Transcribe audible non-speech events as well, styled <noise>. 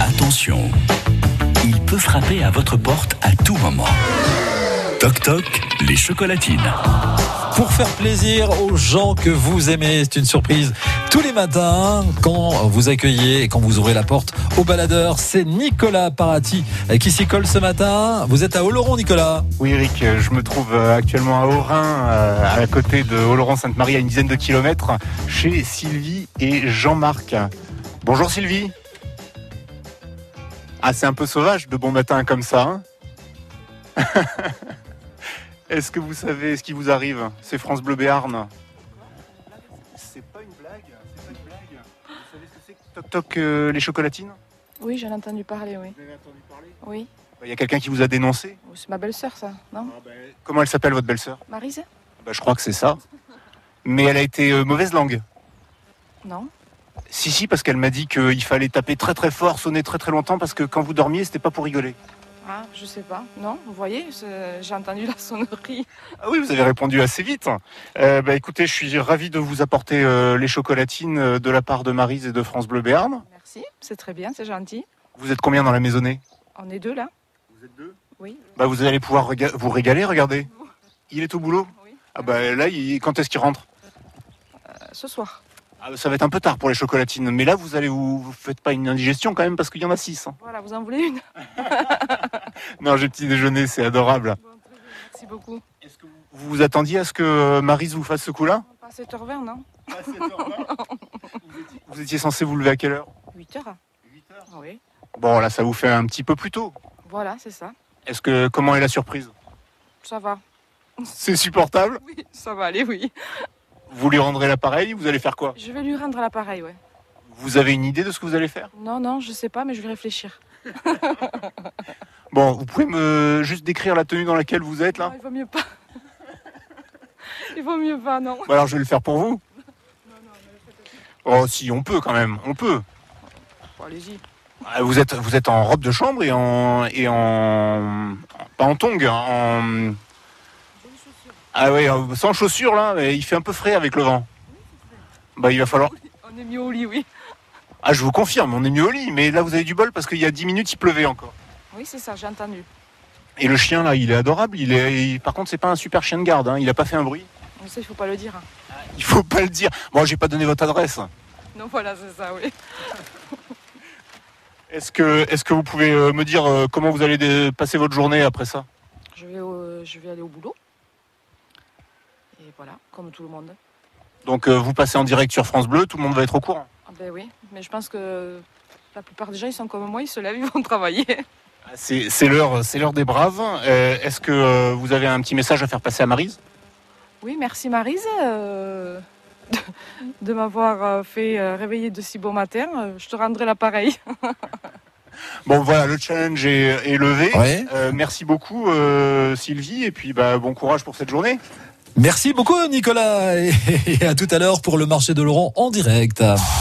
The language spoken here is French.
attention, il peut frapper à votre porte à tout moment. Toc toc, les chocolatines. Pour faire plaisir aux gens que vous aimez, c'est une surprise. Tous les matins, quand vous accueillez et quand vous ouvrez la porte au baladeur, c'est Nicolas Parati qui s'y colle ce matin. Vous êtes à Oloron, Nicolas Oui, Eric, je me trouve euh, actuellement à Orin, euh, à côté de Oloron-Sainte-Marie, à une dizaine de kilomètres, chez Sylvie et Jean-Marc. Bonjour Sylvie. Ah, c'est un peu sauvage de bon matin comme ça. hein <laughs> Est-ce que vous savez ce qui vous arrive C'est France Bleu Béarn. C'est pas une blague, c'est pas une blague. Vous savez ce que c'est que Toc Toc euh, les chocolatines Oui, j'en ai entendu parler, oui. Vous avez entendu parler Bah, Oui, Oh, Il y a quelqu'un qui vous a dénoncé. c'est ma belle-sœur, ça, non Ah Comment elle s'appelle votre belle-sœur Marise Bah, Je crois que c'est ça. Mais elle a été euh, mauvaise langue. Non Si, si, parce qu'elle m'a dit qu'il fallait taper très très fort, sonner très très longtemps, parce que quand vous dormiez, c'était pas pour rigoler. Ah, je sais pas. Non, vous voyez, c'est- j'ai entendu la sonnerie. Ah oui, vous avez répondu assez vite. Euh, bah, écoutez, je suis ravi de vous apporter euh, les chocolatines euh, de la part de Marise et de France Bleu Béarn. Merci, c'est très bien, c'est gentil. Vous êtes combien dans la maisonnée On est deux, là Vous êtes deux Oui. bah, Vous allez pouvoir rega- vous régaler, regardez. Il est au boulot Oui. Ah bah là, il- quand est-ce qu'il rentre Euh, ce soir. Ah, bah, Ça va être un peu tard pour les chocolatines, mais là, vous allez vous, vous faites pas une indigestion quand même, parce qu'il y en a six. hein. Voilà, vous en voulez une Non, j'ai petit déjeuner, c'est adorable. Bon, très bien, Merci beaucoup. Est-ce que vous vous vous attendiez à ce que euh, Marise vous fasse ce coup-là On passe à 7h20, non Vous étiez censé vous lever à quelle heure 8h Oui. Bon, là, ça vous fait un petit peu plus tôt. Voilà, c'est ça. Est-ce que comment est la surprise Ça va. C'est supportable Oui, <laughs> ça va aller, oui. Vous lui rendrez l'appareil Vous allez faire quoi Je vais lui rendre l'appareil, ouais. Vous avez une idée de ce que vous allez faire Non, non, je sais pas, mais je vais réfléchir. Bon, vous pouvez me juste décrire la tenue dans laquelle vous êtes Non, là il vaut mieux pas. <laughs> il vaut mieux pas, non. Bah alors, je vais le faire pour vous. Oh, si, on peut quand même, on peut. Bon, allez-y. Ah, Vous êtes, vous êtes en robe de chambre et en. Et en pas en tongue, en. Ah oui, en- sans chaussures là, mais il fait un peu frais avec le vent. Bah, il va falloir. On est mieux au lit, oui. Ah, je vous confirme, on est mieux au lit, mais là vous avez du bol parce qu'il y a 10 minutes il pleuvait encore. Oui, c'est ça, j'ai entendu. Et le chien là, il est adorable, il est il- par contre, c'est pas un super chien de garde, hein, il a pas fait un bruit. On sait, il faut pas le dire. hein. Il faut pas le dire. Bon, j'ai pas donné votre adresse. Non, voilà, c'est ça, oui. Est-ce que est-ce que vous pouvez euh, me dire euh, comment vous allez dé- passer votre journée après ça Je vais, au- je vais aller au boulot. Et voilà, comme tout le monde. Donc euh, vous passez en direct sur France Bleu, tout le monde va être au courant. Ah ben oui, mais je pense que la plupart des gens, ils sont comme moi, ils se lèvent, ils vont travailler. Ah, C'est c'est l'heure, c'est l'heure des braves. Euh, est-ce que euh, vous avez un petit message à faire passer à Marise Oui, merci Marise euh, de, de m'avoir euh, fait euh, réveiller de si bon matin. Euh, Je te rendrai l'appareil. Bon voilà, le challenge est, est levé. Oui. Euh, merci beaucoup euh, Sylvie et puis bah, bon courage pour cette journée. Merci beaucoup, Nicolas. Et à tout à l'heure pour le marché de Laurent en direct.